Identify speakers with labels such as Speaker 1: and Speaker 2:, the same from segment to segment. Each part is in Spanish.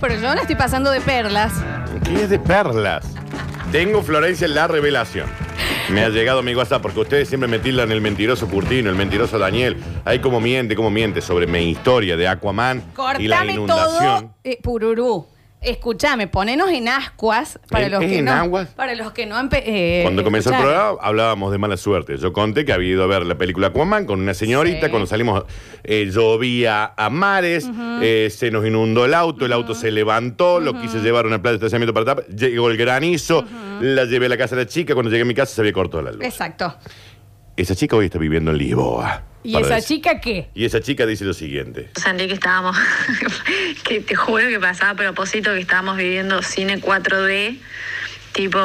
Speaker 1: pero yo la estoy pasando de perlas.
Speaker 2: ¿Qué es de perlas? Tengo Florencia la revelación. Me ha llegado mi WhatsApp porque ustedes siempre me tildan el mentiroso Curtino, el mentiroso Daniel. Ahí como miente, como miente sobre mi historia de Aquaman y la
Speaker 1: Cortame
Speaker 2: inundación.
Speaker 1: todo, eh, pururú. Escúchame, ponenos en ascuas para
Speaker 2: ¿Es-
Speaker 1: los
Speaker 2: es
Speaker 1: que
Speaker 2: en
Speaker 1: no.
Speaker 2: aguas?
Speaker 1: Para los que no han pe- eh,
Speaker 2: Cuando comenzó el
Speaker 1: escucharon.
Speaker 2: programa hablábamos de mala suerte. Yo conté que había ido a ver la película Aquaman con una señorita.
Speaker 1: Sí.
Speaker 2: Cuando salimos, eh, llovía a mares, eh, se nos inundó el auto, el auto se levantó, lo quise llevar a una playa de estacionamiento para tapar, llegó el granizo, la llevé a la casa de la chica. Cuando llegué a mi casa se había cortado la luz.
Speaker 1: Exacto.
Speaker 2: Esa chica hoy está viviendo en Lisboa.
Speaker 1: ¿Y
Speaker 2: para
Speaker 1: esa
Speaker 2: decir-
Speaker 1: chica qué?
Speaker 2: Y esa chica dice lo siguiente.
Speaker 3: Sentí que estábamos, que te juro que pasaba a propósito que estábamos viviendo cine 4D, tipo,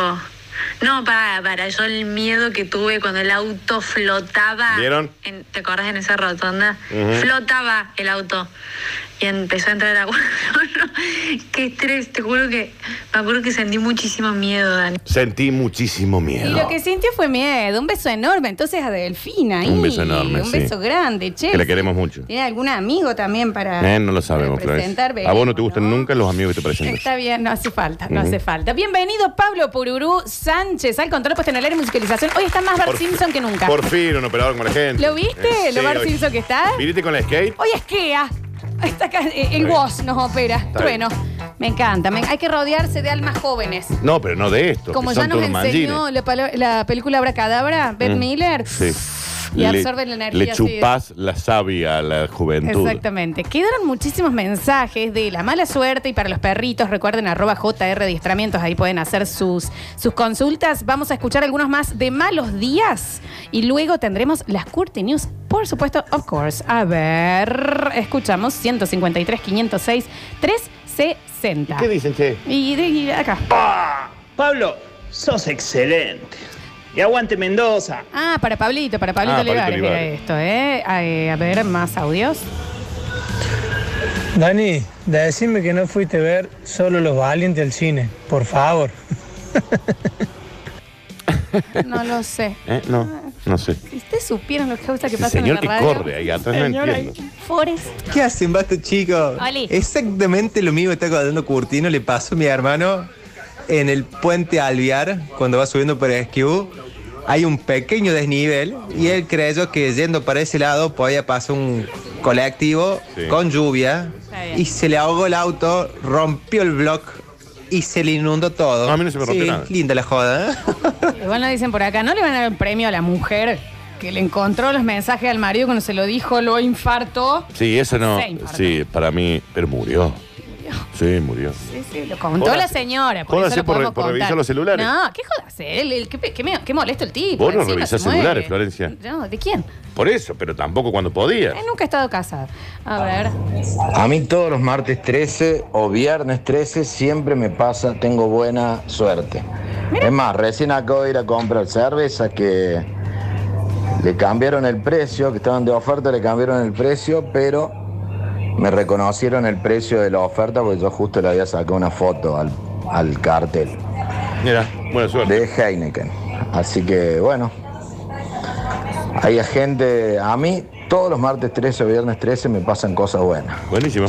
Speaker 3: no, para, para, yo el miedo que tuve cuando el auto flotaba.
Speaker 2: ¿Vieron?
Speaker 3: en- ¿Te acordás en esa rotonda?
Speaker 2: Ujú.
Speaker 3: Flotaba el auto y empezó a entrar agua. No, no, Qué estrés, te juro que, me acuerdo que sentí muchísimo miedo, Dani.
Speaker 2: Sentí muchísimo miedo.
Speaker 1: Y lo que sintió fue miedo, un beso enorme. Entonces a Delfina ahí.
Speaker 2: Un beso enorme,
Speaker 1: Un
Speaker 2: sí.
Speaker 1: beso grande, che.
Speaker 2: Que la queremos mucho.
Speaker 1: ¿Tiene algún amigo también para.?
Speaker 2: Eh, no lo sabemos,
Speaker 1: para presentar?
Speaker 2: Florencia. A vos no te
Speaker 1: Veremos,
Speaker 2: gustan nunca los amigos que te presentan.
Speaker 1: Está bien, no hace falta, no
Speaker 2: Ujú.
Speaker 1: hace falta. Bienvenido Pablo Pururú Sánchez al control puesto en el aire y musicalización. Hoy está más Bart
Speaker 2: Por
Speaker 1: Simpson
Speaker 2: fi-
Speaker 1: que nunca.
Speaker 2: Por fin, un operador con la gente.
Speaker 1: ¿Lo viste,
Speaker 2: Eh,
Speaker 1: lo
Speaker 2: sí,
Speaker 1: Bart
Speaker 2: hoy-
Speaker 1: Simpson que está?
Speaker 2: ¿Viniste con la skate?
Speaker 1: Hoy es Kea. Está acá, eh, el
Speaker 2: bien.
Speaker 1: Woz nos opera.
Speaker 2: Está
Speaker 1: Trueno. Me encanta. me- hay que rodearse de almas jóvenes.
Speaker 2: No, pero no de esto.
Speaker 1: Como
Speaker 2: que
Speaker 1: ya
Speaker 2: son
Speaker 1: nos
Speaker 2: todos
Speaker 1: enseñó
Speaker 2: mangines.
Speaker 1: la, pala- la película Abracadabra, Ben
Speaker 2: Mm.
Speaker 1: Miller.
Speaker 2: Sí.
Speaker 1: Y absorbe la energía,
Speaker 2: Le
Speaker 1: sí.
Speaker 2: chupás la savia a la juventud.
Speaker 1: Exactamente. Quedaron muchísimos mensajes de la mala suerte y para los perritos, recuerden arroba JR Adiestramientos, ahí pueden hacer sus, sus consultas. Vamos a escuchar algunos más de malos días y luego tendremos las Curti News, por supuesto, of course. A ver, escuchamos 153, 506, 360.
Speaker 2: ¿Qué dicen, che?
Speaker 1: Y de y acá.
Speaker 4: Pablo, sos excelente. Y aguante Mendoza.
Speaker 1: Ah, para Pablito, para Pablito
Speaker 2: Ah, Pablito
Speaker 1: Olivares, mira
Speaker 2: Olivares.
Speaker 1: esto, ¿eh? A, eh, a ver, más audios.
Speaker 5: Dani, decime que no fuiste a ver solo los valientes del cine, por favor.
Speaker 1: No lo sé.
Speaker 2: Eh, No, no sé.
Speaker 1: Si ustedes supieran lo que gusta que
Speaker 2: El
Speaker 1: pasa en
Speaker 2: señor
Speaker 1: la
Speaker 2: que
Speaker 1: radio.
Speaker 2: corre ahí atrás, no entiendo.
Speaker 1: Forest.
Speaker 6: ¿Qué hacen, basta, chicos?
Speaker 1: Oli.
Speaker 6: Exactamente lo mismo que está contando Curtino le pasó a mi hermano en el puente Alviar, cuando va subiendo por SQ. Hay un pequeño desnivel y él creyó que yendo para ese lado podía pasar un colectivo
Speaker 2: Sí.
Speaker 6: con lluvia
Speaker 1: Está bien.
Speaker 6: y se le ahogó el auto, rompió el block y se le inundó todo.
Speaker 2: No, a mí no se me rompió
Speaker 6: Sí,
Speaker 2: nada.
Speaker 6: Linda la joda. ¿eh?
Speaker 1: Igual nos dicen por acá, ¿no le van a dar un premio a la mujer que le encontró los mensajes al marido cuando se lo dijo, lo infartó?
Speaker 2: Sí, eso no.
Speaker 1: Se infartó.
Speaker 2: Sí, para mí. Pero murió. Sí, murió.
Speaker 1: Sí, sí, lo contó
Speaker 2: Jódase.
Speaker 1: la señora. Por
Speaker 2: Jódase
Speaker 1: eso lo
Speaker 2: por re-
Speaker 1: podemos
Speaker 2: por
Speaker 1: contar.
Speaker 2: revisar los celulares.
Speaker 1: No, ¿qué jodase? El- el- qué, pe- qué me- qué molesto el tipo.
Speaker 2: Vos no
Speaker 1: encima
Speaker 2: revisás
Speaker 1: se muere.
Speaker 2: celulares, Florencia.
Speaker 1: No, ¿de quién?
Speaker 2: Por eso, pero tampoco cuando podía.
Speaker 1: Él nunca ha estado casado. A ver.
Speaker 7: A mí todos los martes 13 o viernes 13 siempre me pasa, tengo buena suerte. Es más, recién acabo de ir a comprar cerveza que le cambiaron el precio, que estaban de oferta, le cambiaron el precio, pero me reconocieron el precio de la oferta porque yo justo le había sacado una foto al, al cartel
Speaker 2: Mira, buena suerte.
Speaker 7: de Heineken. Así que bueno, hay gente, a mí todos los martes 13 o viernes 13 me pasan cosas buenas.
Speaker 2: Buenísimo.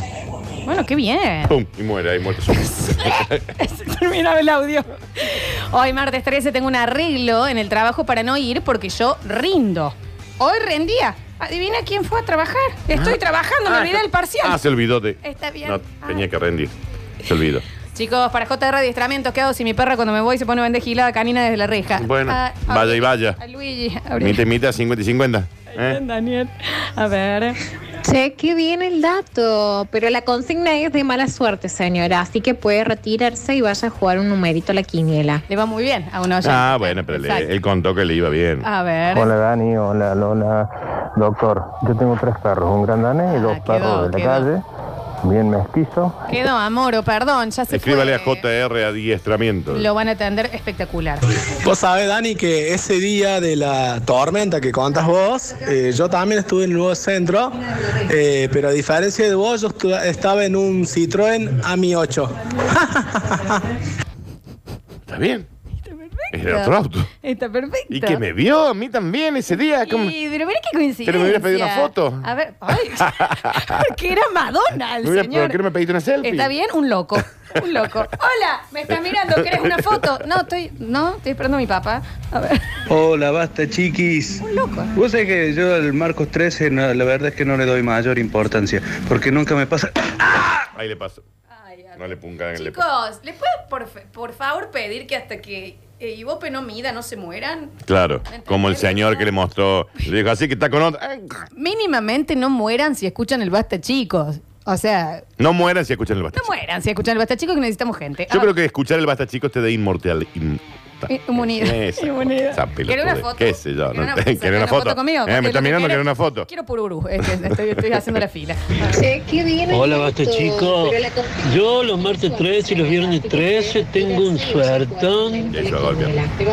Speaker 1: Bueno, qué bien.
Speaker 2: Pum, y muere, ahí muerto.
Speaker 1: Se terminaba el audio. Hoy, martes 13, tengo un arreglo en el trabajo para no ir porque yo rindo. Hoy rendía. Adivina quién fue a trabajar. Estoy trabajando, me olvidé el parcial.
Speaker 2: Ah, se olvidó de.
Speaker 1: Está bien.
Speaker 2: No,
Speaker 1: Ah.
Speaker 2: tenía que rendir. Se olvidó.
Speaker 1: Chicos, para JR adiestramiento, ¿qué hago si mi perra cuando me voy se pone bandejilada canina desde la reja?
Speaker 2: Bueno,
Speaker 1: Ah, a
Speaker 2: vaya
Speaker 1: Luigi,
Speaker 2: y vaya.
Speaker 1: A Luigi, a
Speaker 2: Mita y mitad, 50 y 50. ¿eh?
Speaker 1: Daniel. A ver.
Speaker 8: Che, qué bien el dato, pero la consigna es de mala suerte, señora, así que puede retirarse y vaya a jugar un numerito a la quiniela.
Speaker 1: Le va muy bien a uno
Speaker 2: Ah, bueno, pero le- él contó que le iba bien.
Speaker 1: A ver.
Speaker 9: Hola Dani, hola Lola. Doctor, yo tengo tres perros, un gran danés y dos
Speaker 1: Ah, quedó,
Speaker 9: perros de la
Speaker 1: quedó.
Speaker 9: calle, bien mestizo.
Speaker 1: Quedó, amoro, perdón, ya se
Speaker 2: Escríbale a
Speaker 1: fue.
Speaker 2: JR Adiestramiento.
Speaker 1: Lo van a atender espectacular.
Speaker 10: Vos sabés, Dani, que ese día de la tormenta que contás vos, eh, yo también estuve en el nuevo centro, eh, pero a diferencia de vos, yo estu- estaba en un Citroën AMI 8.
Speaker 2: ¿Está bien? Era otro auto.
Speaker 1: Está perfecto.
Speaker 2: Y que me vio a mí también ese día. como-
Speaker 1: Y, pero mira qué coincidencia.
Speaker 2: Ah, Pero me hubieras pedido una foto.
Speaker 1: A ver, ay, porque era Madonna el
Speaker 2: Me hubiera-
Speaker 1: señor.
Speaker 2: ¿Por qué no me pediste una selfie?
Speaker 1: Está bien, un loco. Un loco. Hola, me estás mirando, ¿querés una foto? No, estoy, no, estoy esperando a mi papá. A ver.
Speaker 11: Hola, basta chiquis. Vos sabés que yo al Marcos 13 no, la verdad es que no le doy mayor importancia, porque nunca me pasa...
Speaker 2: Ahí le paso. No le pungan en el
Speaker 1: Chicos, ¿les puedo por, fe- por favor pedir que hasta que eh, Ivope no mida, no se mueran?
Speaker 2: Claro, como el señor que le mostró. Le dijo, así que está con otro. Ay,
Speaker 1: Mínimamente no mueran si escuchan el basta, chicos. O sea,
Speaker 2: No mueran si escuchan el basta.
Speaker 1: no mueran si escuchan el basta, chicos, que necesitamos gente.
Speaker 2: Yo
Speaker 1: Ah,
Speaker 2: creo que escuchar el basta chicos te da inmortal. in-
Speaker 1: eh, Inmunidad.
Speaker 2: Esa
Speaker 1: Inmunidad.
Speaker 2: esa
Speaker 1: ¿Querés una
Speaker 2: pelotudez.
Speaker 1: foto?
Speaker 2: ¿Qué sé yo?
Speaker 1: ¿Querés
Speaker 2: No
Speaker 1: una-
Speaker 2: te- ¿Querés una foto?
Speaker 1: conmigo?
Speaker 2: Eh, me
Speaker 1: Porque
Speaker 2: está
Speaker 1: lo que
Speaker 2: mirando,
Speaker 1: querés-
Speaker 2: ¿querés una foto?
Speaker 1: Quiero pururú. Este, estoy, estoy haciendo la fila.
Speaker 8: Che, qué bien el
Speaker 12: Hola, basta
Speaker 8: dato,
Speaker 12: chicos.
Speaker 8: pero la cocina
Speaker 12: Yo los martes 13 y los viernes 13 tengo un suertón.
Speaker 8: te va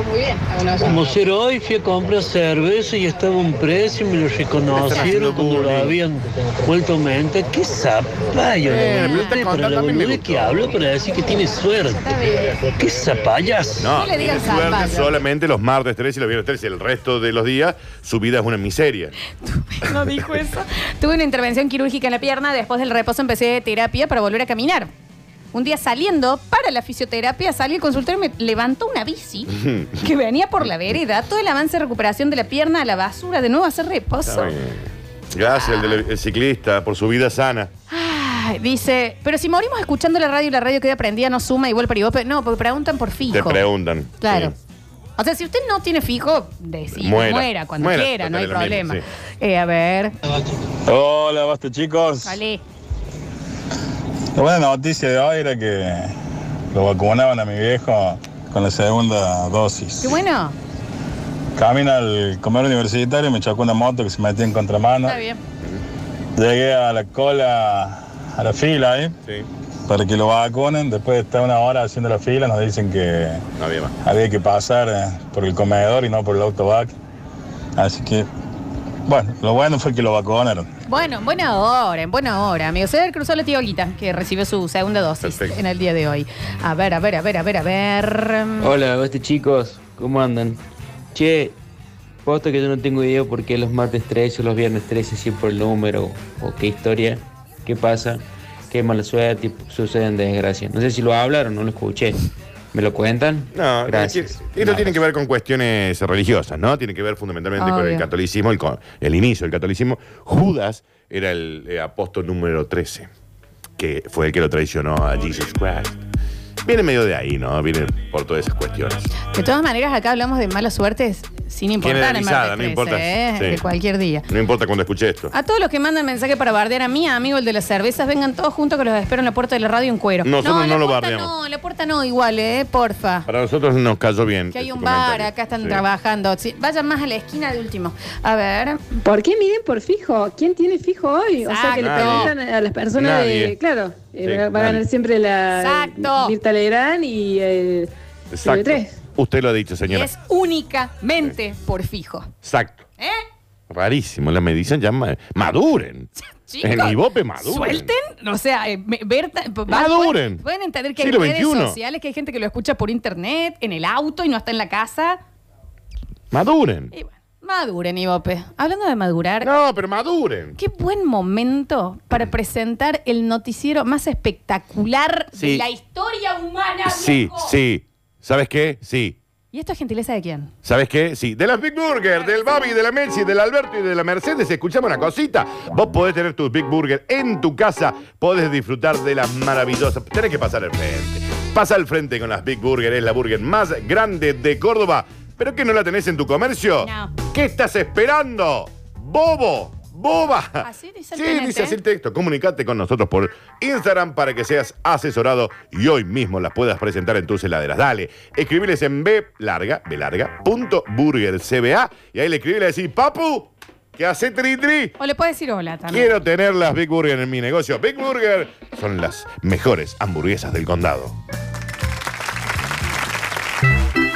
Speaker 8: muy bien. a una-
Speaker 12: Como ser hoy, fui a comprar cerveza y estaba un precio y me lo reconocieron cuando lo habían vuelto a aumentar. ¡Qué zapallo!
Speaker 2: Eh, pero está
Speaker 12: Pero
Speaker 2: contando,
Speaker 12: la
Speaker 2: a mí me
Speaker 12: boludez que hablo para decir que tiene suerte. ¡Qué zapallas!
Speaker 2: No,
Speaker 1: le digan
Speaker 2: tiene suerte
Speaker 1: zapallo.
Speaker 2: solamente los martes 3 y los viernes 3 y el resto de los días su vida es una miseria.
Speaker 1: No dijo eso. Tuve una intervención quirúrgica en la pierna. Después del reposo empecé terapia para volver a caminar. Un día saliendo para la fisioterapia, salí al consultorio y me levantó una bici que venía por la vereda. Todo el avance de recuperación de la pierna a la basura, de nuevo a hacer reposo.
Speaker 2: Está bien. Gracias, el,
Speaker 1: Ah.
Speaker 2: del- el ciclista, por su vida sana.
Speaker 1: Ay, dice, pero si morimos escuchando la radio y la radio queda prendida, no suma igual para Ivope. No, porque preguntan por fijo.
Speaker 2: Te preguntan.
Speaker 1: Claro.
Speaker 2: Sí.
Speaker 1: O sea, si usted no tiene fijo, decida, muera,
Speaker 13: Muera.
Speaker 1: cuando
Speaker 13: Muera,
Speaker 1: quiera, no hay
Speaker 13: total, es lo
Speaker 1: problema.
Speaker 13: mismo,
Speaker 1: Eh, a ver,
Speaker 13: Hola, basta chicos.
Speaker 1: vale.
Speaker 13: La buena noticia de hoy era que lo vacunaban a mi viejo con la segunda dosis.
Speaker 1: Qué bueno.
Speaker 13: Camino al comer universitario me chocó una moto que se metía en contramano.
Speaker 1: Está bien.
Speaker 13: Llegué a la cola, a la fila ahí, para que lo vacunen. Después de estar una hora haciendo la fila, nos dicen que
Speaker 2: había,
Speaker 13: que pasar eh, por el comedor y no por el autobac. Así que, bueno, lo bueno fue que lo vacunaron.
Speaker 1: Bueno, en buena hora, en buena hora, amigo. Se cruzó la tía Olguita, que recibió su segunda dosis
Speaker 14: Perfecto.
Speaker 1: en el día de hoy. A ver, a ver, a ver, a ver, a ver.
Speaker 14: Hola, este chicos, ¿cómo andan? Che, posta que yo no tengo idea por qué los martes 13 o los viernes 13 siempre el número o qué historia, qué pasa, qué mala suerte, y suceden desgracias. No sé si lo hablaron, no lo escuché. ¿Me lo cuentan?
Speaker 2: No,
Speaker 14: gracias.
Speaker 2: y- y Esto tiene que ver con cuestiones religiosas, ¿no? Tiene que ver fundamentalmente
Speaker 1: Ah,
Speaker 2: con el
Speaker 14: Obvio.
Speaker 2: catolicismo, el, co- el inicio del catolicismo. Judas era el eh, apóstol número 13, que fue el que lo traicionó a Jesus Christ. Viene medio de ahí, ¿no? Viene por todas esas cuestiones.
Speaker 1: De todas maneras, acá hablamos de malas suertes sin importar en
Speaker 2: Generalizada,
Speaker 1: martes
Speaker 2: no
Speaker 1: 13,
Speaker 2: importa.
Speaker 1: ¿eh?
Speaker 2: Sí.
Speaker 1: De cualquier día.
Speaker 2: No importa cuando escuché esto.
Speaker 1: A todos los que mandan mensaje para bardear a mí, amigo, el de las cervezas, vengan todos juntos que los espero en la puerta de la radio en cuero.
Speaker 2: Nosotros
Speaker 1: la
Speaker 2: no lo
Speaker 1: puerta
Speaker 2: bardeamos.
Speaker 1: No, la puerta no, igual, ¿eh? Porfa.
Speaker 2: Para nosotros nos cayó bien.
Speaker 1: Que hay
Speaker 2: ese
Speaker 1: un bar,
Speaker 2: comentario.
Speaker 1: acá están
Speaker 2: Sí.
Speaker 1: trabajando. Sí, vayan más a la esquina de último. A ver.
Speaker 15: ¿Por qué miden por fijo? ¿Quién tiene fijo hoy? O sea, que le
Speaker 2: Exacto.
Speaker 15: preguntan a las personas
Speaker 2: Nadie.
Speaker 15: de. Claro, eh,
Speaker 2: Sí,
Speaker 15: va a
Speaker 2: nadie.
Speaker 15: ganar siempre la.
Speaker 1: Exacto.
Speaker 15: Mirta Legrand y el.
Speaker 2: Exacto.
Speaker 15: 3.
Speaker 2: Usted lo ha dicho,
Speaker 1: Y
Speaker 2: señora.
Speaker 1: es únicamente por fijo.
Speaker 2: Exacto.
Speaker 1: ¿Eh?
Speaker 2: Rarísimo. La medición ya ma- maduren.
Speaker 1: Chicos,
Speaker 2: en Ibope maduren.
Speaker 1: Suelten, o sea, eh, me- ver, ta- va-
Speaker 2: Maduren.
Speaker 1: Pueden, pueden entender que hay
Speaker 2: Siglo
Speaker 1: redes
Speaker 2: 21.
Speaker 1: sociales, que hay gente que lo escucha por internet, en el auto y no está en la casa.
Speaker 2: Maduren.
Speaker 1: Maduren, Ivope. Hablando de madurar.
Speaker 2: No, pero maduren.
Speaker 1: Qué buen momento
Speaker 2: Mm.
Speaker 1: para presentar el noticiero más espectacular de
Speaker 2: Sí.
Speaker 1: la historia humana.
Speaker 2: Sí,
Speaker 1: viejo.
Speaker 2: sí. ¿Sabes qué? Sí.
Speaker 1: ¿Y esto es gentileza de quién?
Speaker 2: ¿Sabes qué? Sí, de las Big Burger, del Babi, de la Messi, del Alberto y de la Mercedes, escuchame una cosita. Vos podés tener tus Big Burger en tu casa, podés disfrutar de las maravillosas. Tenés que pasar al frente. Pasa al frente con las Big Burger, es la burger más grande de Córdoba. ¿Pero que no la tenés en tu comercio? ¿Qué estás esperando? ¡Bobo! ¡Boba! Así dice
Speaker 1: el
Speaker 2: sí,
Speaker 1: TNT.
Speaker 2: dice así el texto. Comunicate con nosotros por Instagram para que seas asesorado y hoy mismo las puedas presentar en tus heladeras. Dale, escribiles en B larga, B larga, punto burger CBA y ahí le escribí y le decís, Papu, ¿qué hace tri tri?
Speaker 1: O le puedes decir hola también.
Speaker 2: Quiero tener las Big Burger en mi negocio. Big Burger son las mejores hamburguesas del condado.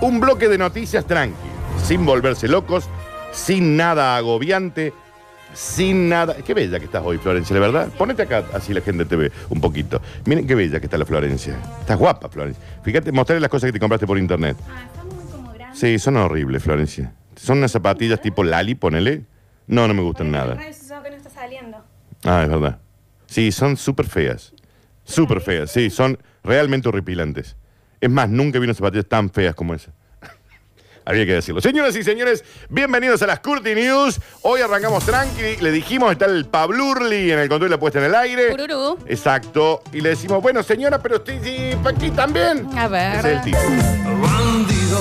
Speaker 2: un bloque de noticias tranqui, sin volverse locos, sin nada agobiante, sin nada. Qué bella que estás hoy, Florencia, la verdad. Ponete acá, así la gente te ve un poquito. Miren qué bella que está la Florencia. Estás guapa, Florencia. Fíjate, mostrarle las cosas que te compraste por internet. Sí, son horribles, Florencia. Son unas zapatillas tipo Lali, ponele. No, no me gustan nada.
Speaker 1: que no está saliendo.
Speaker 2: Ah, es verdad. Sí, son súper feas. Súper feas, sí, son realmente horripilantes. Es más, nunca vi unas zapatillas tan feas como esas. Había que decirlo. Señoras y señores, bienvenidos a las Curti News. Hoy arrancamos tranqui. Le dijimos, está el Pablurli en el control de la puesta en el aire.
Speaker 1: Pururú.
Speaker 2: Exacto. Y le decimos, bueno, señora, pero usted sí, aquí también.
Speaker 1: A ver.
Speaker 2: Ese es el tipo. Bandido.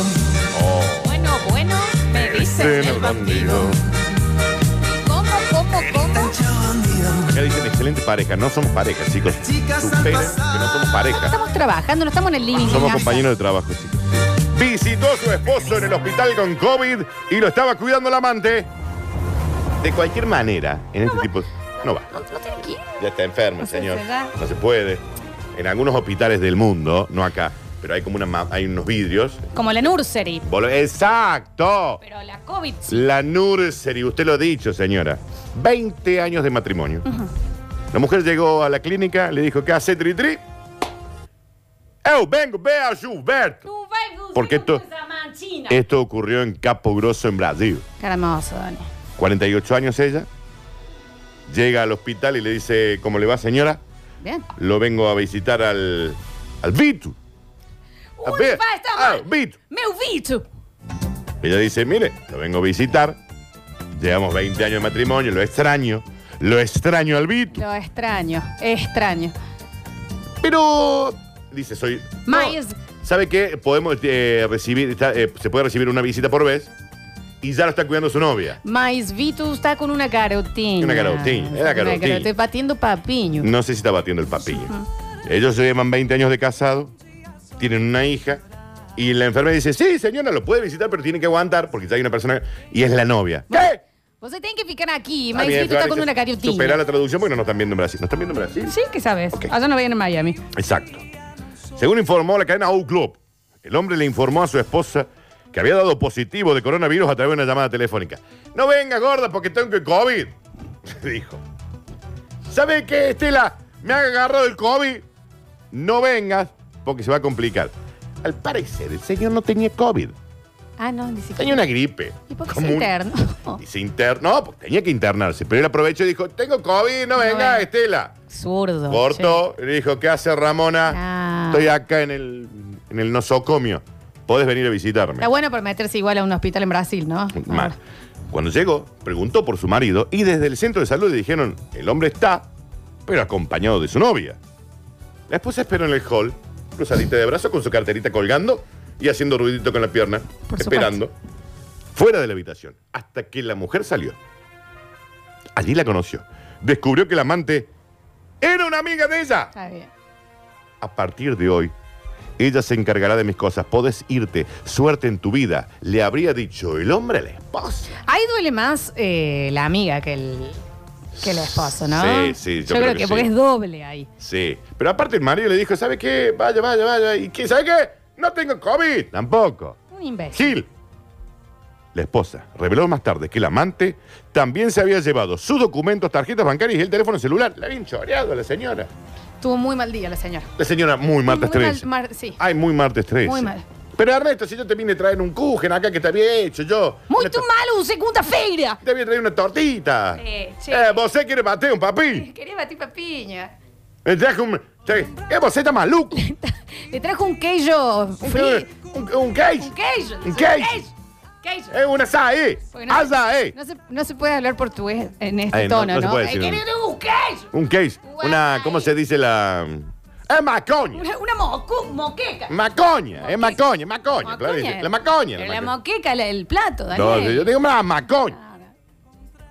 Speaker 1: Bueno, bueno, me dicen el
Speaker 2: bandido.
Speaker 1: ¿Cómo, cómo, cómo?
Speaker 2: Ya dicen, excelente pareja. No somos pareja, chicos. Superen que no somos pareja.
Speaker 1: Estamos trabajando, no estamos en el living.
Speaker 2: Somos
Speaker 1: en casa.
Speaker 2: compañeros de trabajo, chicos. Visitó a su esposo en el hospital con COVID y lo estaba cuidando la amante. De cualquier manera, en este tipo. No va. Ya está enfermo, el
Speaker 1: No sé,
Speaker 2: señor.
Speaker 1: se da.
Speaker 2: No se puede. En algunos hospitales del mundo, no acá, pero hay como una ma- hay unos vidrios.
Speaker 1: Como la nursery.
Speaker 2: Vol- ¡Exacto!
Speaker 1: Pero la COVID.
Speaker 2: La nursery, usted lo ha dicho, señora. 20 años de matrimonio. La mujer llegó a la clínica, le dijo, ¿qué hace, Tri Tri? Eu vengo, ve a Gilberto. Porque esto, esto ocurrió en Capo Grosso, en Brasil.
Speaker 1: Caramoso, Dani.
Speaker 2: 48 años ella. Llega al hospital y le dice, ¿cómo le va, señora?
Speaker 1: Bien.
Speaker 2: Lo vengo a visitar al, al Vitu. A
Speaker 1: Uy,
Speaker 2: ver, Ah.
Speaker 1: va, está
Speaker 2: al
Speaker 1: mal.
Speaker 2: Vitu.
Speaker 1: Meu bicho.
Speaker 2: Ella dice, mire, lo vengo a visitar. Llevamos 20 años de matrimonio, lo extraño. Lo extraño al Vitu.
Speaker 1: Lo extraño, extraño.
Speaker 2: Pero, dice, soy...
Speaker 1: Miles,
Speaker 2: ¿Sabe qué? Podemos eh, recibir, está, eh, se puede recibir una visita por vez y ya lo está cuidando su novia.
Speaker 1: Miles Vitus está con una garotinha.
Speaker 2: Una garotinha, era garotinha.
Speaker 1: Estoy batiendo papiño.
Speaker 2: No sé si está batiendo el papillo. Ellos se llevan 20 años de casado, tienen una hija y la enfermera dice, sí, señora, lo puede visitar, pero tiene que aguantar porque ya hay una persona y es la novia. ¿Qué?
Speaker 1: Vos se tienen que ficar aquí.
Speaker 2: Está
Speaker 1: Miles
Speaker 2: bien,
Speaker 1: Vitus está
Speaker 2: Florencia,
Speaker 1: con una
Speaker 2: Supera
Speaker 1: garotinha.
Speaker 2: la traducción porque no nos están viendo en Brasil. ¿No están viendo en Brasil?
Speaker 1: Sí, que sabes. Allá no vayan en Miami.
Speaker 2: Exacto. Según informó la cadena O Globe, el hombre le informó a su esposa que había dado positivo de coronavirus a través de una llamada telefónica. No venga, gorda, porque tengo el COVID, le dijo. ¿Sabe qué, Estela? Me ha agarrado el COVID. No vengas, porque se va a complicar. Al parecer, el señor no tenía COVID.
Speaker 1: Ah, no, ni siquiera.
Speaker 2: Tenía una gripe.
Speaker 1: ¿Y por qué
Speaker 2: Como
Speaker 1: es
Speaker 2: un-
Speaker 1: interno?
Speaker 2: Y se internó, no, porque tenía que internarse. Pero él aprovechó y dijo, tengo COVID, no venga,
Speaker 1: venga.
Speaker 2: Estela.
Speaker 1: Zurdo.
Speaker 2: Corto, le dijo, ¿qué hace Ramona?
Speaker 1: Ah.
Speaker 2: Estoy acá en el, en el nosocomio. Podés venir a visitarme.
Speaker 1: Está bueno por meterse igual a un hospital en Brasil, ¿no?
Speaker 2: Mal. Cuando llegó, preguntó por su marido y desde el centro de salud le dijeron, el hombre está, pero acompañado de su novia. La esposa esperó en el hall, cruzadita de brazos, con su carterita colgando y haciendo ruidito con la pierna,
Speaker 1: Por supuesto.
Speaker 2: esperando, fuera de la habitación, hasta que la mujer salió. Allí la conoció. Descubrió que la amante era una amiga de ella.
Speaker 1: Está bien.
Speaker 2: A partir de hoy, ella se encargará de mis cosas. Podés irte. Suerte en tu vida. Le habría dicho el hombre a la esposa.
Speaker 1: Ahí duele más eh, la amiga que el, que el esposo, ¿no?
Speaker 2: Sí, sí, yo creo que sí.
Speaker 1: porque es doble ahí.
Speaker 2: Sí. Pero aparte el marido le dijo, ¿sabe qué? Vaya, vaya, vaya. ¿Y qué? ¿Sabe qué? No tengo COVID. Tampoco.
Speaker 1: Un imbécil.
Speaker 2: Gil. La esposa reveló más tarde que el amante también se había llevado sus documentos, tarjetas bancarias y el teléfono celular. La habían choreado a la señora.
Speaker 1: Tuvo muy mal día la señora.
Speaker 2: La señora muy Marta
Speaker 1: Muy mal,
Speaker 2: Estrella.
Speaker 1: mar- sí.
Speaker 2: Ay, muy Marta Estrella.
Speaker 1: Muy mal.
Speaker 2: Pero Ernesto, si yo te vine a traer un cujen acá que te había hecho yo.
Speaker 1: Muy tu malo, segunda-feira.
Speaker 2: Te había traído una tortita.
Speaker 1: Eh, che.
Speaker 2: Eh, ¿Vos querés bater un papi?
Speaker 1: Quería batir papiña.
Speaker 2: Me trajo un. traje- ¿Qué vos está maluco?
Speaker 1: Le trajo un queijo free.
Speaker 2: Un, un Eh, queijo.
Speaker 1: Un queijo.
Speaker 2: Un queijo.
Speaker 1: Queijo.
Speaker 2: Es una sae.
Speaker 1: Porque
Speaker 2: No,
Speaker 1: no se, no se puede hablar portugués en este
Speaker 2: Ay, no,
Speaker 1: tono, ¿no?
Speaker 2: no se puede decir
Speaker 1: Eh,
Speaker 2: un-
Speaker 1: querido, un queijo.
Speaker 2: Un queijo. Una. ¿Cómo se dice la.? Es macoña.
Speaker 1: Una, una mocu- moqueca.
Speaker 2: Macoña. Es macoña. Macoña.
Speaker 1: Mocoña.
Speaker 2: claro que sí. La macoña.
Speaker 1: Pero
Speaker 2: la
Speaker 1: la
Speaker 2: macoña.
Speaker 1: moqueca, la- el plato,
Speaker 2: No,
Speaker 1: Daniel.
Speaker 2: yo digo una macoña.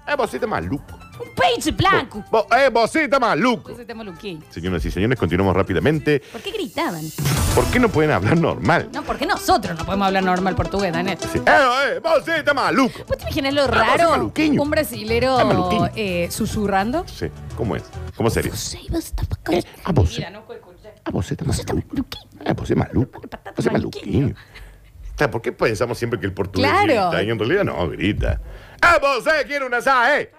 Speaker 2: Es vos está maluco.
Speaker 1: Un peixe blanco.
Speaker 2: Vos- Es vos está maluco.
Speaker 1: Entonces estamos luquín.
Speaker 2: Señoras y señores, continuamos rápidamente.
Speaker 1: ¿Por qué gritaban?
Speaker 2: ¿Por qué no pueden hablar normal?
Speaker 1: No, porque nosotros no podemos hablar normal portugués, Daniel.
Speaker 2: Sí. Eh, eh, vos está maluco.
Speaker 1: ¿Vos te imaginas lo
Speaker 2: Ah, vos sos
Speaker 1: raro?
Speaker 2: maluquiño.
Speaker 1: Un brasilero
Speaker 2: Ah, maluquiño.
Speaker 1: eh, susurrando.
Speaker 2: Sí, ¿cómo es? ¿Cómo sería? Eh, A vos. A vos está maluco. A vos es maluco. A vos es maluquiño. Claro, ¿Por qué pensamos siempre que el portugués
Speaker 1: Claro.
Speaker 2: grita? Y en realidad no, grita. ¡A vos eh, quiero un azae!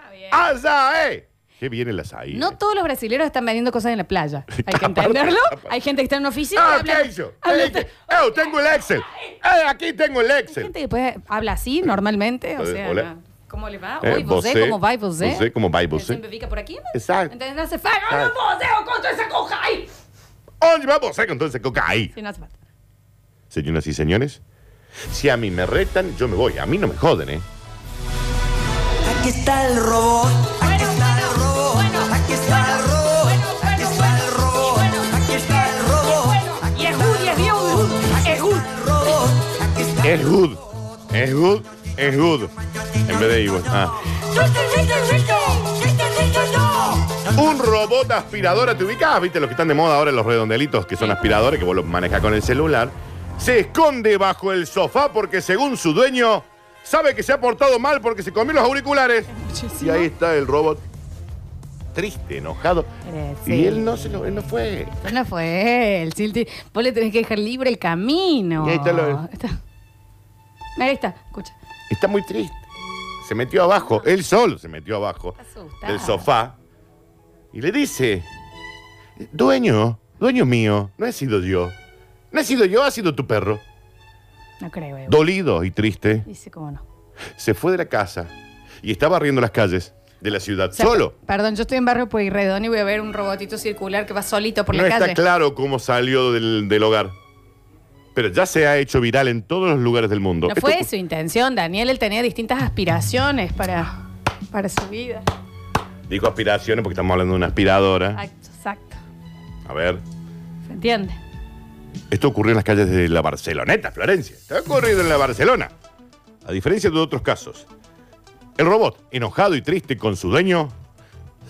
Speaker 2: ¡Azae! ¿Qué viene el azae?
Speaker 1: No todos los brasileros están vendiendo cosas en la playa. Hay que entenderlo. Hay gente que está en una oficina. y
Speaker 2: ¡Ah,
Speaker 1: habla-
Speaker 2: qué hizo! ¡Eh, tengo el Excel! ¡Eh, aquí tengo el Excel!
Speaker 1: gente que puede- habla así normalmente. O
Speaker 2: Eh,
Speaker 1: sea,
Speaker 2: hola.
Speaker 1: ¿cómo le va?
Speaker 2: Eh,
Speaker 1: Hoy vos,
Speaker 2: vosé,
Speaker 1: ¿cómo va vos? eh?
Speaker 2: vosé, ¿cómo va vosé?
Speaker 1: Siempre pica por aquí. ¿no?
Speaker 2: Exacto.
Speaker 1: Entonces no hace falta. ¡Hola, vos, eh, contra esa coja ahí!
Speaker 2: ¿Dónde va vos eh, con toda esa coca ahí?
Speaker 1: Sí, no hace falta.
Speaker 2: Señoras y señores, si a mí me retan, yo me voy. A mí no me joden, ¿eh?
Speaker 16: Aquí está el robot. Aquí está el robot. Aquí está el robot. Aquí está el robot. Aquí está el robot.
Speaker 1: Y es good, y es bien, good. es good.
Speaker 2: Es good. Es good. Es good. En vez de Ivo. Ah. Un robot aspiradora, ¿te ubicás? ¿Viste los que están de moda ahora los redondelitos que son aspiradores que vos los manejas con el celular? Se esconde bajo el sofá porque según su dueño sabe que se ha portado mal porque se comió los auriculares. Y ahí está el robot triste, enojado.
Speaker 1: Eh,
Speaker 2: Y
Speaker 1: sí.
Speaker 2: él no, se lo, él no fue.
Speaker 1: Pero No fue él, Silti. Vos le tenés que dejar libre el camino.
Speaker 2: Y ahí está lo-
Speaker 1: Está- Ahí está, escucha.
Speaker 2: Está muy triste. Se metió abajo, él solo se metió abajo
Speaker 1: Asustado.
Speaker 2: del sofá y le dice, dueño, dueño mío, no he sido yo. No he sido yo, ha sido tu perro.
Speaker 1: No creo, Evo.
Speaker 2: Dolido y triste,
Speaker 1: Dice cómo no.
Speaker 2: se fue de la casa y está barriendo las calles de la ciudad
Speaker 1: O sea,
Speaker 2: solo.
Speaker 1: Perdón, yo estoy en Barrio Pueyrredón y voy a ver un robotito circular que va solito por
Speaker 2: No
Speaker 1: la calle.
Speaker 2: está claro cómo salió del, del hogar, pero ya se ha hecho viral en todos los lugares del mundo.
Speaker 1: No
Speaker 2: Esto-
Speaker 1: fue su intención, Daniel. Él tenía distintas aspiraciones para, para su vida.
Speaker 2: Digo aspiraciones porque estamos hablando de una aspiradora.
Speaker 1: Exacto, exacto.
Speaker 2: A ver.
Speaker 1: ¿Se entiende?
Speaker 2: Esto ocurrió en las calles de la Barceloneta, Florencia. Está ocurrido en la Barcelona. A diferencia de otros casos, el robot, enojado y triste con su dueño,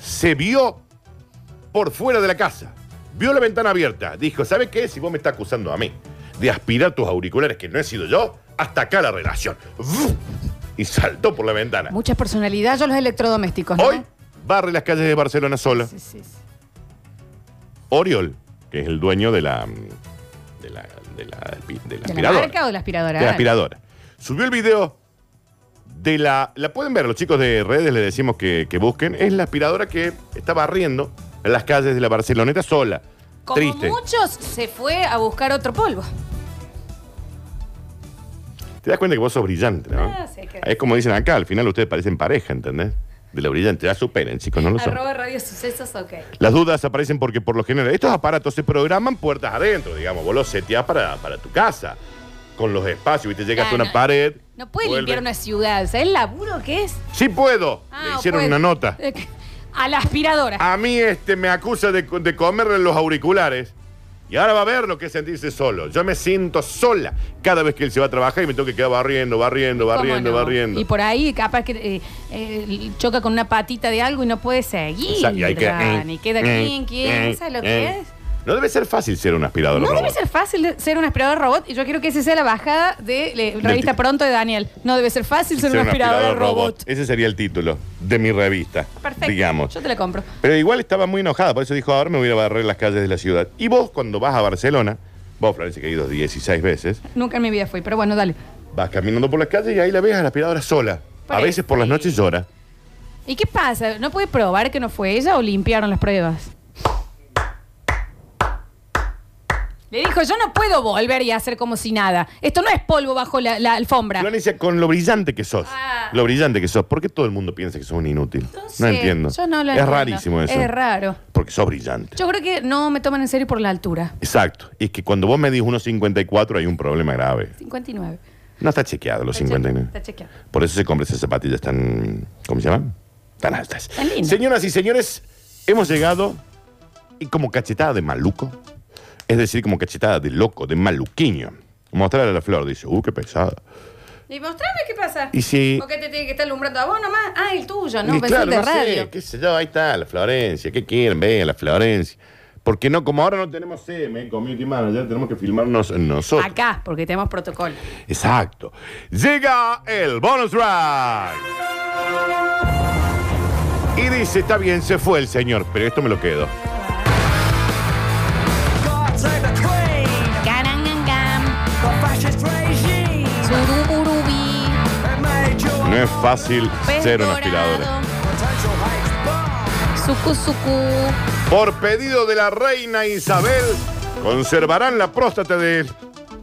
Speaker 2: se vio por fuera de la casa. Vio la ventana abierta. Dijo, ¿sabes qué? Si vos me estás acusando a mí de aspirar tus auriculares, que no he sido yo, hasta acá la relación. ¡Vuf! Y saltó por la ventana.
Speaker 1: Mucha personalidad, yo los electrodomésticos, ¿no?
Speaker 2: Hoy barre las calles de Barcelona sola.
Speaker 1: Sí, sí.
Speaker 2: Oriol, que es el dueño de la... De la, de la, de la
Speaker 1: ¿De la
Speaker 2: aspiradora.
Speaker 1: marca o de la aspiradora?
Speaker 2: de la aspiradora. Subió el video de la. La pueden ver, los chicos de redes le decimos que, que busquen. Es la aspiradora que está barriendo en las calles de la Barceloneta sola.
Speaker 1: Como
Speaker 2: Triste.
Speaker 1: muchos, se fue a buscar otro polvo.
Speaker 2: Te das cuenta que vos sos brillante, ¿no?
Speaker 1: Ah, sí, que-
Speaker 2: Es como dicen acá, al final ustedes parecen pareja, ¿entendés? De lo brillante, ya superen, chicos, no lo son.
Speaker 1: Arroba Radio Sucesos, ok.
Speaker 2: Las dudas aparecen porque por lo general estos aparatos se programan puertas adentro, digamos, vos los seteás para, para tu casa, con los espacios, y te llegas
Speaker 1: Ah,
Speaker 2: a una
Speaker 1: no.
Speaker 2: pared.
Speaker 1: No puede
Speaker 2: Vuelve.
Speaker 1: limpiar una ciudad. ¿Sabes el laburo que es?
Speaker 2: Sí puedo,
Speaker 1: Ah,
Speaker 2: le hicieron
Speaker 1: puede-
Speaker 2: una nota.
Speaker 1: Eh, que- A la aspiradora.
Speaker 2: A mí este me acusa de, de comerle los auriculares. Y ahora va a ver lo que es sentirse solo. Yo me siento sola cada vez que él se va a trabajar y me tengo que quedar barriendo, barriendo,
Speaker 1: ¿Cómo
Speaker 2: barriendo,
Speaker 1: no?
Speaker 2: barriendo.
Speaker 1: Y por ahí capaz que eh, eh, choca con una patita de algo y no puede seguir.
Speaker 2: Exacto, y ahí queda,
Speaker 1: Dani.
Speaker 2: eh,
Speaker 1: queda
Speaker 2: eh,
Speaker 1: quién, quién,
Speaker 2: eh,
Speaker 1: ¿sabes lo
Speaker 2: eh.
Speaker 1: que es?
Speaker 2: No debe ser fácil ser un aspirador
Speaker 1: No
Speaker 2: robot.
Speaker 1: debe ser fácil de- ser un aspirador robot y yo quiero que esa sea la bajada de eh, revista Pronto de Daniel. No debe ser fácil ser, un aspirador, robot.
Speaker 2: Ese sería el título de mi revista.
Speaker 1: Perfecto.
Speaker 2: Digamos.
Speaker 1: Yo te la compro.
Speaker 2: Pero igual estaba muy enojada, por eso dijo, ahora me voy a ir a barrer las calles de la ciudad. Y vos cuando vas a Barcelona, vos Florencia que he ido 16 veces,
Speaker 1: Nunca en mi vida fui, pero bueno, dale.
Speaker 2: vas caminando por las calles y ahí la ves a la aspiradora sola. A veces por las noches llora.
Speaker 1: ¿Y qué pasa? ¿No puede probar que no fue ella o limpiaron las pruebas? Le dijo, yo no puedo volver y hacer como si nada. Esto no es polvo bajo la, la alfombra.
Speaker 2: Florencia, con lo brillante que sos.
Speaker 1: Ah.
Speaker 2: Lo brillante que sos. ¿Por qué todo el mundo piensa que sos un inútil? no
Speaker 1: Sí,
Speaker 2: entiendo.
Speaker 1: yo no lo
Speaker 2: es
Speaker 1: entiendo.
Speaker 2: rarísimo eso.
Speaker 1: Es raro.
Speaker 2: Porque sos brillante.
Speaker 1: Yo creo que no me toman en serio por la altura.
Speaker 2: Exacto. Y es que cuando vos medís 1,54 hay un problema grave.
Speaker 1: 59.
Speaker 2: No está chequeado los 59.
Speaker 1: Está chequeado.
Speaker 2: Por eso se compra esas zapatillas tan. ¿Cómo se llaman? Tan altas.
Speaker 1: Tan lindo.
Speaker 2: Señoras y señores, hemos llegado y como cachetada de maluco, es decir, como cachetada de loco, de maluquiño. Mostrarle a la flor, dice, uh, qué pesada.
Speaker 1: Y mostrame qué pasa.
Speaker 2: Y si-
Speaker 1: ¿Por qué te tiene que estar alumbrando a vos nomás? Ah, el tuyo, ¿no?
Speaker 2: Y
Speaker 1: Pensé el de
Speaker 2: sé,
Speaker 1: radio.
Speaker 2: qué sé yo, ahí está, la Florencia, ¿qué quieren? Vean, la Florencia. Porque no, como ahora no tenemos CM, Community Manager, tenemos que filmarnos nosotros.
Speaker 1: Acá, porque tenemos protocolo.
Speaker 2: Exacto. Llega el bonus track. Y dice, está bien, se fue el señor, pero esto me lo quedo.
Speaker 1: Sururubí.
Speaker 2: No es fácil
Speaker 1: Pez
Speaker 2: ser una
Speaker 1: dorado.
Speaker 2: aspiradora.
Speaker 1: Sucu, sucu.
Speaker 2: Por pedido de la reina Isabel, conservarán la próstata de...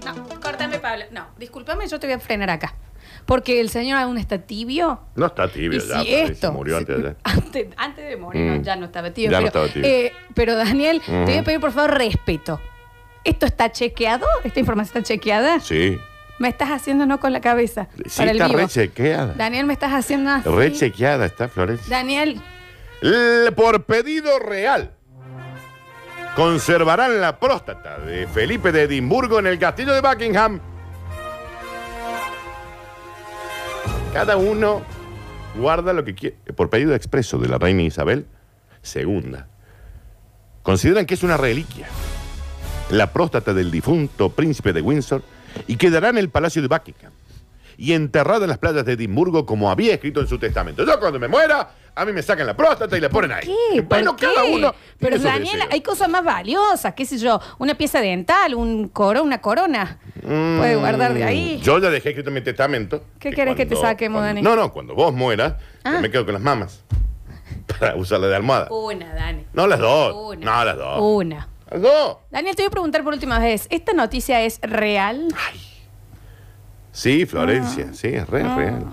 Speaker 1: No, córtame, Pablo. No, discúlpame, yo te voy a frenar acá. Porque el señor aún está tibio.
Speaker 2: No está tibio
Speaker 1: ¿Y
Speaker 2: ya,
Speaker 1: si
Speaker 2: parece,
Speaker 1: esto?
Speaker 2: murió antes de ayer.
Speaker 1: Antes, antes de morir, no,
Speaker 2: Mm.
Speaker 1: ya no estaba tibio.
Speaker 2: Ya no
Speaker 1: pero,
Speaker 2: estaba tibio.
Speaker 1: eh, pero, Daniel,
Speaker 2: Mm.
Speaker 1: te voy a pedir por favor respeto. ¿Esto está chequeado? ¿Esta información está chequeada?
Speaker 2: Sí,
Speaker 1: Me estás haciendo no con la cabeza.
Speaker 2: sí
Speaker 1: para el
Speaker 2: está
Speaker 1: vivo.
Speaker 2: rechequeada.
Speaker 1: Daniel, me estás haciendo así.
Speaker 2: Rechequeada está Florencia.
Speaker 1: Daniel,
Speaker 2: L- Por pedido real. Conservarán la próstata de Felipe de Edimburgo en el castillo de Buckingham. Cada uno guarda lo que quiere. Por pedido expreso de la reina Isabel II. Consideran que es una reliquia. La próstata del difunto príncipe de Windsor y quedará en el palacio de Buckingham y enterrada en las playas de Edimburgo como había escrito en su testamento. Yo cuando me muera, a mí me sacan la próstata y la ponen ahí.
Speaker 1: ¿qué? ¿Por
Speaker 2: Bueno,
Speaker 1: qué?
Speaker 2: cada uno.
Speaker 1: Pero
Speaker 2: tiene sus
Speaker 1: Daniel,
Speaker 2: deseos.
Speaker 1: hay cosas más valiosas, qué sé yo, una pieza dental, un coro, una corona. Puede guardar de ahí.
Speaker 2: Mm, Yo ya dejé escrito en mi testamento.
Speaker 1: ¿Qué querés que te saquemos,
Speaker 2: cuando-
Speaker 1: Dani?
Speaker 2: No, no, cuando vos mueras,
Speaker 1: Ah.
Speaker 2: yo me quedo con las mamas. Para usarla de almohada.
Speaker 1: Una, Dani.
Speaker 2: No las dos.
Speaker 1: Una.
Speaker 2: No las dos.
Speaker 1: Una.
Speaker 2: Las dos.
Speaker 1: Daniel, te voy a preguntar por última vez, ¿esta noticia es real?
Speaker 2: Sí, Florencia,
Speaker 1: Ah.
Speaker 2: sí, es real, real.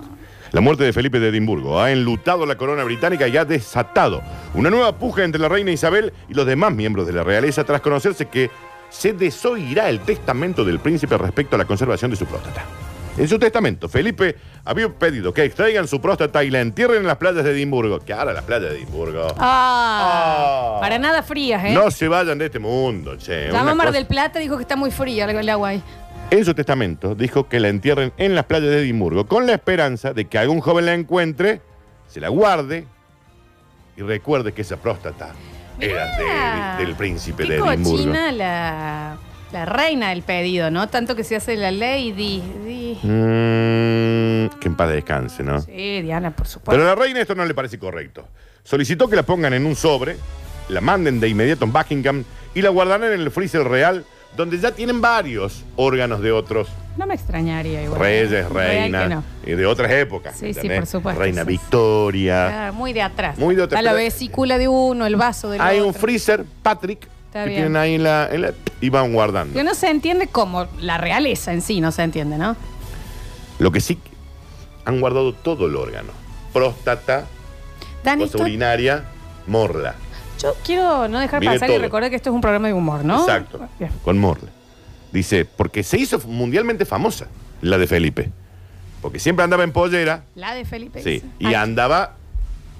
Speaker 2: La muerte de Felipe de Edimburgo ha enlutado la corona británica y ha desatado una nueva puja entre la reina Isabel y los demás miembros de la realeza tras conocerse que se desoirá el testamento del príncipe respecto a la conservación de su próstata. En su testamento, Felipe había pedido que extraigan su próstata y la entierren en las playas de Edimburgo. Que ahora las playas de Edimburgo.
Speaker 1: Ah,
Speaker 2: Ah.
Speaker 1: Para nada frías, ¿eh?
Speaker 2: No se vayan de este mundo, che.
Speaker 1: La
Speaker 2: Una
Speaker 1: mamá
Speaker 2: cosa-
Speaker 1: del Plata dijo que está muy fría el agua ahí.
Speaker 2: En su testamento dijo que la entierren en las playas de Edimburgo con la esperanza de que algún joven la encuentre, se la guarde y recuerde que esa próstata era
Speaker 1: Mirá.
Speaker 2: de- del príncipe de
Speaker 1: Qué
Speaker 2: Edimburgo.
Speaker 1: cochina la, la reina del pedido, ¿no? Tanto que se hace la lady. di-
Speaker 2: Mm, que en paz descanse, ¿no?
Speaker 1: Sí, Diana, por supuesto.
Speaker 2: Pero a la reina esto no le parece correcto. Solicitó que la pongan en un sobre, la manden de inmediato en Buckingham y la guardarán en el freezer real, donde ya tienen varios órganos de otros
Speaker 1: No me extrañaría igual.
Speaker 2: reyes,
Speaker 1: Real
Speaker 2: reinas
Speaker 1: que no.
Speaker 2: y de otras épocas.
Speaker 1: Sí, sí,
Speaker 2: ¿entendés?
Speaker 1: por supuesto,
Speaker 2: Reina
Speaker 1: sí, sí.
Speaker 2: Victoria.
Speaker 1: Ah, muy de atrás.
Speaker 2: Muy de atrás,
Speaker 1: Está la
Speaker 2: pero-
Speaker 1: vesícula de uno, el vaso del
Speaker 2: Hay
Speaker 1: otro.
Speaker 2: un freezer, Patrick,
Speaker 1: Está
Speaker 2: que
Speaker 1: bien.
Speaker 2: tienen ahí en la, en la- y van guardando.
Speaker 1: Que no se entiende como la realeza en sí, no se entiende, ¿no?
Speaker 2: Lo que sí, han guardado todo el órgano. Próstata,
Speaker 1: Dani,
Speaker 2: cosa
Speaker 1: esto-
Speaker 2: urinaria, morla.
Speaker 1: yo quiero no dejar
Speaker 2: Mire
Speaker 1: pasar y
Speaker 2: todo.
Speaker 1: recordar que esto es un programa de humor, ¿no?
Speaker 2: Exacto, con morla. Dice, porque se hizo mundialmente famosa la de Felipe. Porque siempre andaba en pollera.
Speaker 1: La de Felipe.
Speaker 2: Sí.
Speaker 1: dice.
Speaker 2: Y
Speaker 1: Ah,
Speaker 2: andaba,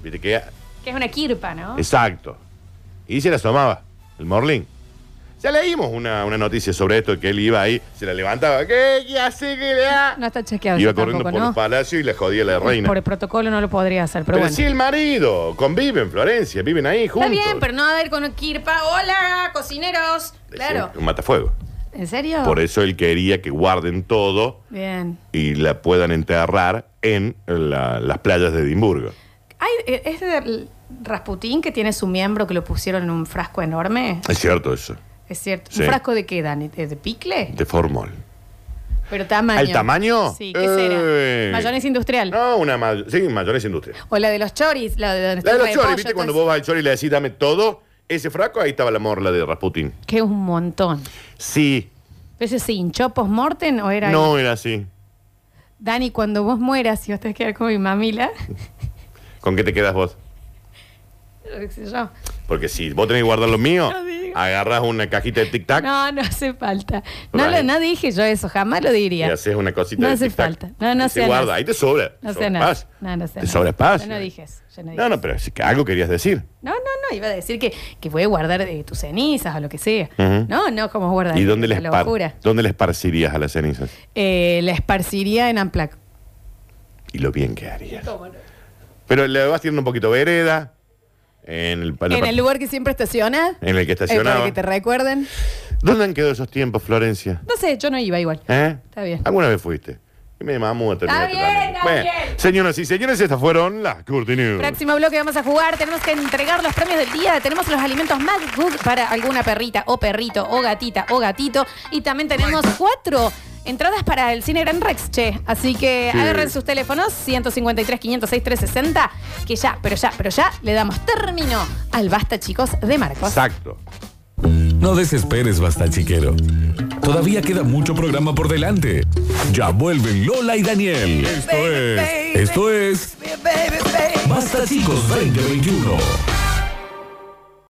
Speaker 2: viste que
Speaker 1: Que es una quirpa, ¿no?
Speaker 2: Exacto. Y se le asomaba, el Morlín. Ya leímos una, una noticia sobre esto, que él iba ahí, se la levantaba, ¿qué? ¿Qué hace que le ha?
Speaker 1: No está chequeado.
Speaker 2: Iba
Speaker 1: eso
Speaker 2: corriendo
Speaker 1: tampoco,
Speaker 2: por
Speaker 1: ¿no?
Speaker 2: el palacio y la jodía la reina.
Speaker 1: Por el
Speaker 2: Pero,
Speaker 1: protocolo no lo podría hacer, pero, bueno.
Speaker 2: sí, el marido, convive en Florencia, viven ahí
Speaker 1: Está
Speaker 2: juntos.
Speaker 1: bien, pero no va a ir con una quirpa. ¡Hola, cocineros! Claro.
Speaker 2: Un matafuego.
Speaker 1: ¿En serio?
Speaker 2: Por eso él quería que guarden todo
Speaker 1: Bien.
Speaker 2: y la puedan enterrar en la- las playas de Edimburgo.
Speaker 1: Ay, eh, ¿Es de Rasputín que tiene su miembro que lo pusieron en un frasco enorme?
Speaker 2: Es cierto eso,
Speaker 1: Es cierto.
Speaker 2: Sí.
Speaker 1: ¿Un frasco de qué, Dani? ¿De, de picle?
Speaker 2: de formol.
Speaker 1: Pero tamaño.
Speaker 2: ¿El tamaño?
Speaker 1: Sí, ¿qué será?
Speaker 2: Eh.
Speaker 1: Mayonesa industrial.
Speaker 2: No, una ma- sí, mayores industrial.
Speaker 1: O la de los choris, la de donde
Speaker 2: La
Speaker 1: está
Speaker 2: de
Speaker 1: el
Speaker 2: los choris,
Speaker 1: repollo,
Speaker 2: ¿viste?
Speaker 1: todo
Speaker 2: Cuando
Speaker 1: eso.
Speaker 2: vos vas al chori y le decís dame todo, Ese fraco, ahí estaba la morla de Rasputin.
Speaker 1: Que es un montón.
Speaker 2: Sí,
Speaker 1: ¿Eso se hinchó post-mortem o era.?
Speaker 2: no era así.
Speaker 1: Dani, cuando vos mueras y vos te vas a quedar con mi mamila,
Speaker 2: ¿Con qué te quedas vos?
Speaker 1: qué sé yo.
Speaker 2: Porque si vos tenés que guardar los míos,
Speaker 1: No digo.
Speaker 2: agarras una cajita de tic-tac
Speaker 1: No, no hace falta. No,
Speaker 2: Dani.
Speaker 1: lo, no dije yo eso, jamás lo
Speaker 2: y
Speaker 1: diría.
Speaker 2: haces una cosita
Speaker 1: No
Speaker 2: de
Speaker 1: hace
Speaker 2: tic-tac.
Speaker 1: falta. No, no
Speaker 2: Ahí se
Speaker 1: sea
Speaker 2: guarda,
Speaker 1: nada.
Speaker 2: ahí te sobra.
Speaker 1: No
Speaker 2: te
Speaker 1: sé
Speaker 2: sobra
Speaker 1: nada.
Speaker 2: paz.
Speaker 1: No, no sé
Speaker 2: Te
Speaker 1: nada.
Speaker 2: sobra paz.
Speaker 1: Yo no dije eso. yo no, dije
Speaker 2: No, no,
Speaker 1: eso.
Speaker 2: pero si- algo querías decir.
Speaker 1: no, no, no, iba a decir que, que voy a guardar eh, tus cenizas o lo que sea.
Speaker 2: Ujú.
Speaker 1: No, no, como guardar.
Speaker 2: ¿Y dónde
Speaker 1: la
Speaker 2: les, par-
Speaker 1: locura.
Speaker 2: dónde les parcirías a las cenizas?
Speaker 1: Eh, la esparciría en
Speaker 2: Ah,
Speaker 1: Amplac.
Speaker 2: Y lo bien que harías. Pero le vas tirando un poquito vereda. En el,
Speaker 1: En el lugar que siempre estaciona. Eh,
Speaker 2: en el que
Speaker 1: para
Speaker 2: estacionaba.
Speaker 1: que te recuerden.
Speaker 2: ¿Dónde han quedado esos tiempos, Florencia?
Speaker 1: No sé, yo no iba igual.
Speaker 2: ¿Eh?
Speaker 1: Está bien.
Speaker 2: ¿Alguna vez fuiste? Y me mamó a terminar.
Speaker 1: Está bien, está bien.
Speaker 2: Señoras y señores, estas fueron las Curti News.
Speaker 1: Próximo bloque vamos a jugar, tenemos que entregar los premios del día, tenemos los alimentos más good para alguna perrita o perrito o gatita o gatito y también tenemos cuatro entradas para el cine Gran Rex, che. Así que
Speaker 2: Sí.
Speaker 1: agarren sus teléfonos 153 506 360 que ya, pero ya, pero ya le damos término al basta chicos de Marcos.
Speaker 2: Exacto.
Speaker 17: No desesperes, basta chiquero. Todavía queda mucho programa por delante. Ya vuelven Lola y Daniel. Esto es. Esto es. Basta chicos 2021.